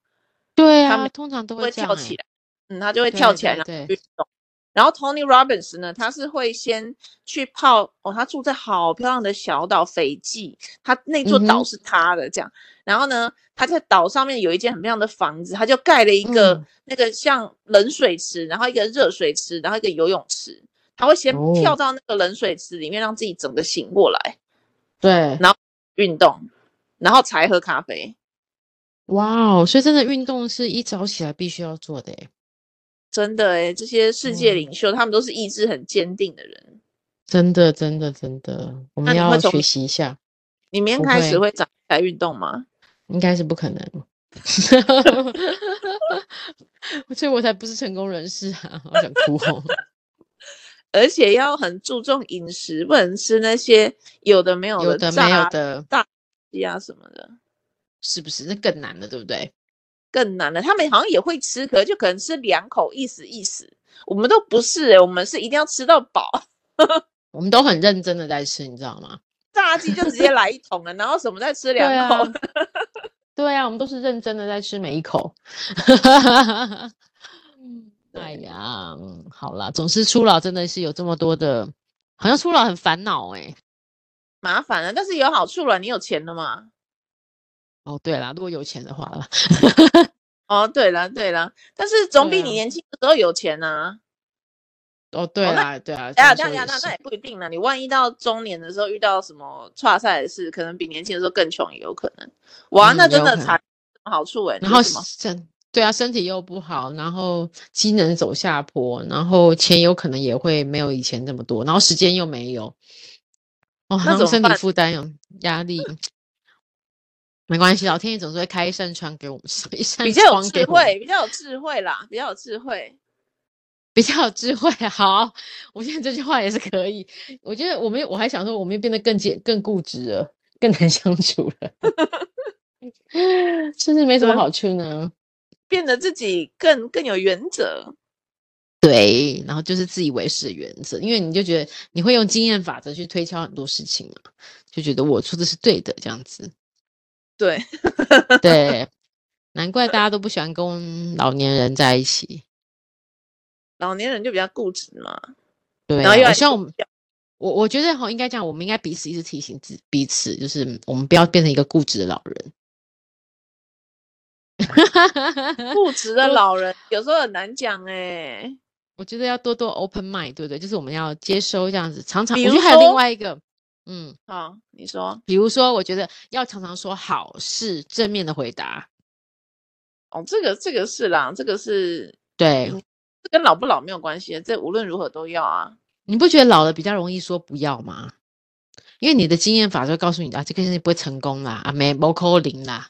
S1: 对
S2: 他
S1: 啊，
S2: 们
S1: 通常都
S2: 不会
S1: 这样、
S2: 跳起
S1: 欸。
S2: 来。嗯，他就会
S1: 对
S2: 跳起来，
S1: 对对
S2: 然后去运动。然后 Tony Robbins 呢，他是会先去泡哦，他住在好漂亮的小岛斐济，他那座
S1: 嗯
S2: 岛
S1: 哼
S2: 是他的这样。然后呢，他在岛上面有一间很漂亮的房子，他就盖了一个、
S1: 嗯
S2: 那个像冷水池，然后一个热水池，然后一个游泳池。他会先
S1: 哦
S2: 跳到那个冷水池里面，让自己整个醒过来
S1: 对，
S2: 运动，然后才喝咖啡。
S1: 哇哦，所以真的运动是一早起来必须要做的、欸，
S2: 真的诶，这些世界
S1: 嗯
S2: 领袖，他们都是意志很坚定的人。
S1: 真的真的真的，我
S2: 那
S1: 们
S2: 你会
S1: 要
S2: 从
S1: 学习一下。
S2: 你明天
S1: 不
S2: 开始
S1: 会
S2: 会早起来运动吗？
S1: 应该是不可能。 所以我才不是成功人士啊！好想哭 哦。
S2: 而且要很注重饮食，不能吃那些有的没有
S1: 有的
S2: 的
S1: 没有
S2: 炸啊
S1: 的，
S2: 鸡啊什么的，
S1: 是不是？那更难了，对不对？
S2: 更难了。他们好像也会吃，可就可能吃两口意思意思。我们都不是诶、欸我们是一定要吃到饱。
S1: 我们都很认真的在吃，你知道吗？
S2: 炸鸡就直接来一桶了，然后什么再吃两口。
S1: 对啊。对啊，我们都是认真的在吃每一口。哎
S2: 嗯对
S1: 呀，嗯好啦，总之初老真的是有这么多的，好像初老很烦恼哎、
S2: 麻烦了，但是有好处了，你有钱了嘛？
S1: 哦，对啦，如果有钱的话啦，
S2: 哦，对了对了，但是总
S1: 对啊
S2: 比你年轻的时候有钱啊。
S1: 哦，对
S2: 哦那
S1: 啦，对啊，这
S2: 哎呀，
S1: 样
S2: 这
S1: 说
S2: 样
S1: 也
S2: 呀，那
S1: 是
S2: 那也不一定啦。你万一到中年的时候遇到什么岔赛的事，可能比年轻的时候更穷也有可能。哇，
S1: 嗯
S2: 那真
S1: 有
S2: 的
S1: 可能
S2: 才好处哎、
S1: 然后
S2: 什么？
S1: 身对啊，身体又不好，然后机能走下坡，然后钱有可能也会没有以前这么多，然后时间又没有，哦，然
S2: 怎
S1: 后
S2: 么
S1: 身体
S2: 办
S1: 负担有压力，没关系，老天爷总是会开一扇窗给我们，一扇
S2: 比较有
S1: 窗给
S2: 智
S1: 我们，
S2: 慧，比较有智慧啦，比较有智慧。
S1: 比较有智慧。好，我觉得这句话也是可以。我觉得我们我还想说，我们又变得更坚、更固执了，更难相处 了，是不是没什么
S2: 对啊
S1: 好处呢？
S2: 变得自己更更有原则，
S1: 对，然后就是自以为是的原则，因为你就觉得你会用经验法则去推敲很多事情嘛，就觉得我说的是对的这样子。
S2: 对，
S1: 对，难怪大家都不喜欢跟老年人在一起。
S2: 老年人就比较固执嘛。
S1: 对
S2: 然
S1: 啊，
S2: 后又
S1: 我
S2: 来
S1: 希望我
S2: 比
S1: 们
S2: 较，
S1: 我我觉得哈，应该这样，我们应该彼此一直提醒自彼此，就是我们不要变成一个固执的老人。
S2: 固执 的
S1: 多
S2: 老人有时候很难讲哎、
S1: 我觉得要多多 open mind，对不对？就是我们要接收这样子，常常
S2: 比
S1: 我觉得
S2: 如
S1: 还有另
S2: 说
S1: 外一个，嗯，
S2: 好，你说
S1: 比如说，我觉得要常常说好事，正面的回答，
S2: 哦，这个这个是啦，这个是
S1: 对，
S2: 这跟老不老没有关系，这无论如何都要啊。
S1: 你不觉得老了比较容易说不要吗？因为你的经验法则告诉你啊，这个事情不会成功啦，啊，没没可能啦，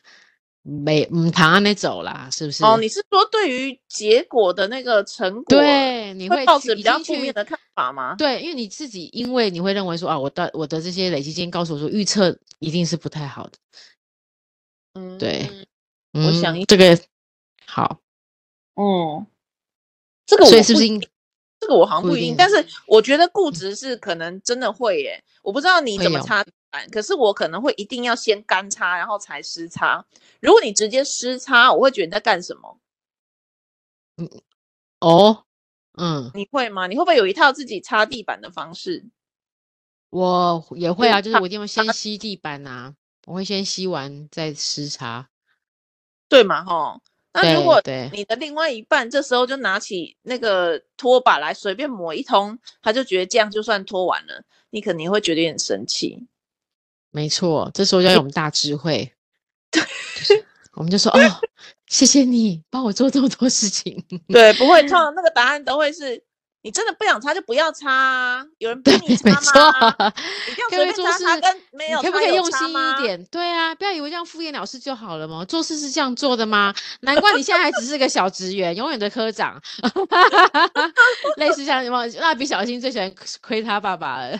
S1: 没嗯，躺安那走啦，是不是？
S2: 哦，你是说对于结果的那个成果，，
S1: 对，你
S2: 会
S1: 会
S2: 抱
S1: 去
S2: 持
S1: 已
S2: 比较
S1: 经
S2: 负面
S1: 去
S2: 的看法吗？
S1: 对，因为你自己，因为你会认为说啊，我的我的这些累积经验告诉我说，预测一定是不太好的。
S2: 嗯，
S1: 对，
S2: 我想
S1: 嗯
S2: 一
S1: 这个好，
S2: 嗯，这个
S1: 所以
S2: 我
S1: 是不
S2: 不
S1: 是
S2: 一
S1: 应
S2: 定这个我好像
S1: 不
S2: 不
S1: 一
S2: 一
S1: 定
S2: 定，
S1: 嗯
S2: 但是我觉得固执是可能真的会耶，我不知道你
S1: 会
S2: 怎么
S1: 有
S2: 察觉难，可是我可能会一定要先干擦，然后才湿擦。如果你直接湿擦，我会觉得你在干什么？
S1: 哦，嗯，
S2: 你会吗？你会不会有一套自己擦地板的方式？
S1: 我也会啊，
S2: 就
S1: 就是我一定会先吸地板呐，我会先吸完再湿擦。
S2: 对嘛？吼，那
S1: 对
S2: 如果
S1: 对，
S2: 你的另外一半这时候就拿起那个拖把来随便抹一通，他就觉得这样就算拖完了，你肯定会觉得有点 生气。
S1: 没错，这时候要
S2: 哎
S1: 有我们大智慧，就是我们就说哦，谢谢你帮我做这么多事情。
S2: 对，不会，通常那个答案都会是你真的不想擦就不要擦啊，有人逼你擦
S1: 没错
S2: 吗？，一定要
S1: 各
S2: 随
S1: 位
S2: 便
S1: 做
S2: 擦擦，
S1: 事
S2: 跟没有
S1: 你可不
S2: 擦
S1: 可以
S2: 有
S1: 用
S2: 擦
S1: 心
S2: 吗
S1: 一？点？对啊，不要以为这样敷衍了事就好了嘛。做事是这样做的吗？难怪你现在还只是个小职员，永远的科长， 类似像什么蜡笔小新最喜欢亏他爸爸了。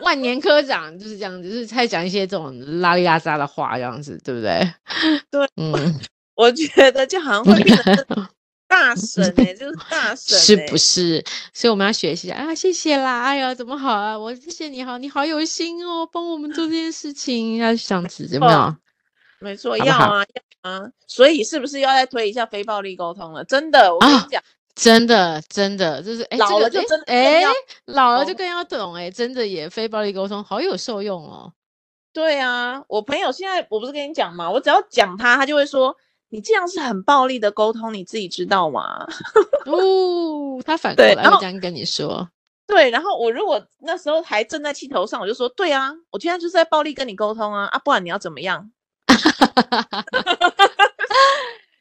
S1: 万年科长就是这样子，就是在讲一些这种拉里拉扎的话，这样子对不对？
S2: 对，
S1: 嗯，
S2: 我觉得就好像会变成是 大神哎、就是大神、欸，
S1: 是不是？所以我们要学习啊，谢谢啦，哎呀，怎么好啊？我谢谢你好，你好有心哦，帮我们做这件事情，要这样子有没有
S2: 错？没错，
S1: 好不
S2: 要
S1: 好
S2: 啊要啊，所以是不是要再推一下非暴力沟通了？真的，我跟
S1: 啊
S2: 你讲，
S1: 真的，真的，就是哎，
S2: 老了就真的更
S1: 哎、诶
S2: 要
S1: 老了就
S2: 懂
S1: 更要懂哎、诶真的也非暴力沟通好有受用哦。
S2: 对啊，我朋友现在我不是跟你讲嘛，我只要讲他，他就会说你这样是很暴力的沟通，你自己知道吗？
S1: 哦，他反过
S2: 对
S1: 来
S2: 然
S1: 会
S2: 后
S1: 这样跟你说，
S2: 对，然后我如果那时候还正在气头上，我就说对啊，我现在就是在暴力跟你沟通啊啊，不然你要怎么样？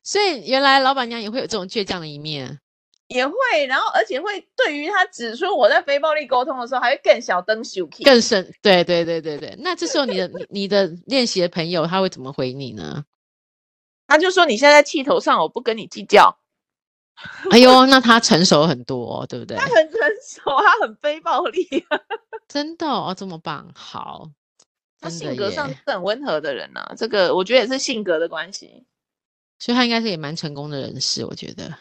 S1: 所以原来老板娘也会有这种倔强的一面。
S2: 也会，然后而且会对于他指出我在非暴力沟通的时候，还会更小灯羞气。
S1: 更深，对对对对对。那这时候你的你你的练习的朋友他会怎么回你呢？
S2: 他就说你现在在气头上，我不跟你计较。
S1: 哎呦，那他成熟很多、哦，对不对？
S2: 他很成熟，他很非暴力，啊
S1: 真的哦，这么棒，好，
S2: 他
S1: 真的
S2: 性格上
S1: 耶
S2: 是很温和的人呐、这个我觉得也是性格的关系。
S1: 所以他应该是也蛮成功的人士，我觉得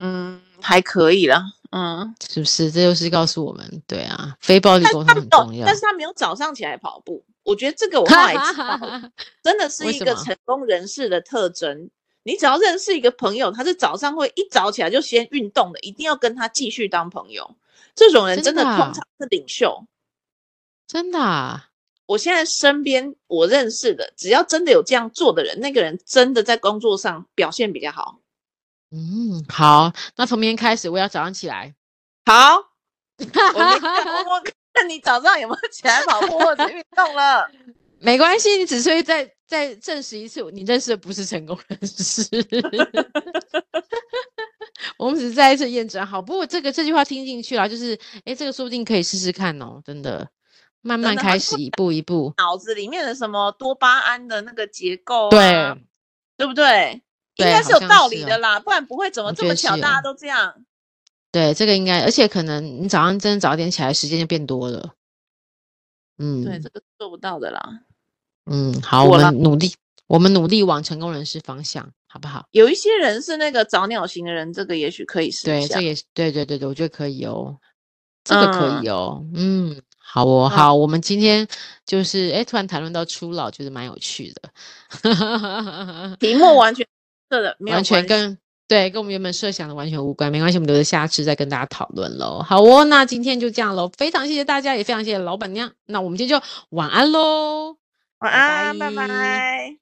S2: 嗯，还可以啦。嗯，
S1: 是不是？这就是告诉我们，对啊，非暴力
S2: 但
S1: 沟通
S2: 他没
S1: 很重
S2: 有，
S1: 要。
S2: 但是他没有早上起来跑步。我觉得这个我后来知道了， 真的是
S1: 为
S2: 一
S1: 什
S2: 个
S1: 么
S2: 成功人士的特征。你只要认识一个朋友，他是早上会一早起来就先运动的，一定要跟他继续当朋友。这种人
S1: 真
S2: 真的
S1: 的
S2: 通
S1: 啊
S2: 常是领袖。
S1: 真的、啊，
S2: 我现在身边我认识的，只要真的有这样做的人，那个人真的在工作上表现比较好。
S1: 嗯，好，那从明天开始我要早上起来。
S2: 好，我们看 我们看你早上有没有起来跑步或者运动了。
S1: 没关系，你只是会再再证实一次，你认识的不是成功人士。 我们只是再一次验证。好，不过这个这句话听进去了，就是诶，这个说不定可以试试看哦，真的，慢慢
S2: 的
S1: 开
S2: 好
S1: 始，一步一步。
S2: 脑子里面的什么多巴胺的那个结构、啊，
S1: 对，
S2: 对不对？应
S1: 对
S2: 该
S1: 好
S2: 是有
S1: 像
S2: 道
S1: 是
S2: 理
S1: 哦
S2: 的啦，不然不会怎么
S1: 我
S2: 这
S1: 觉
S2: 么
S1: 得
S2: 巧
S1: 是
S2: 大
S1: 哦
S2: 家都这样。
S1: 对，这个应该，而且可能你早上真的早点起来，时间就变多了。嗯，
S2: 对，这个是做不到的啦。
S1: 嗯，好，我
S2: 我啦
S1: 们努力，我们努力往成功人士方向，好不好？
S2: 有一些人是那个早鸟型的人，这个也许可以试一
S1: 对，这
S2: 下。
S1: 也是对对对对，我觉得可以哦，这个可以哦，嗯，好哦，
S2: 嗯
S1: 好，我们今天就是哎，突然谈论到初老，觉得蛮有趣的，
S2: 题目完全是的，没有
S1: 完全
S2: 关系
S1: 跟对跟我们原本设想的完全无关，没关系，我们留着下次再跟大家讨论喽。好哦，那今天就这样喽，非常谢谢大家，也非常谢谢老板娘，那我们今天就晚安喽。
S2: 晚安，拜
S1: 拜
S2: 拜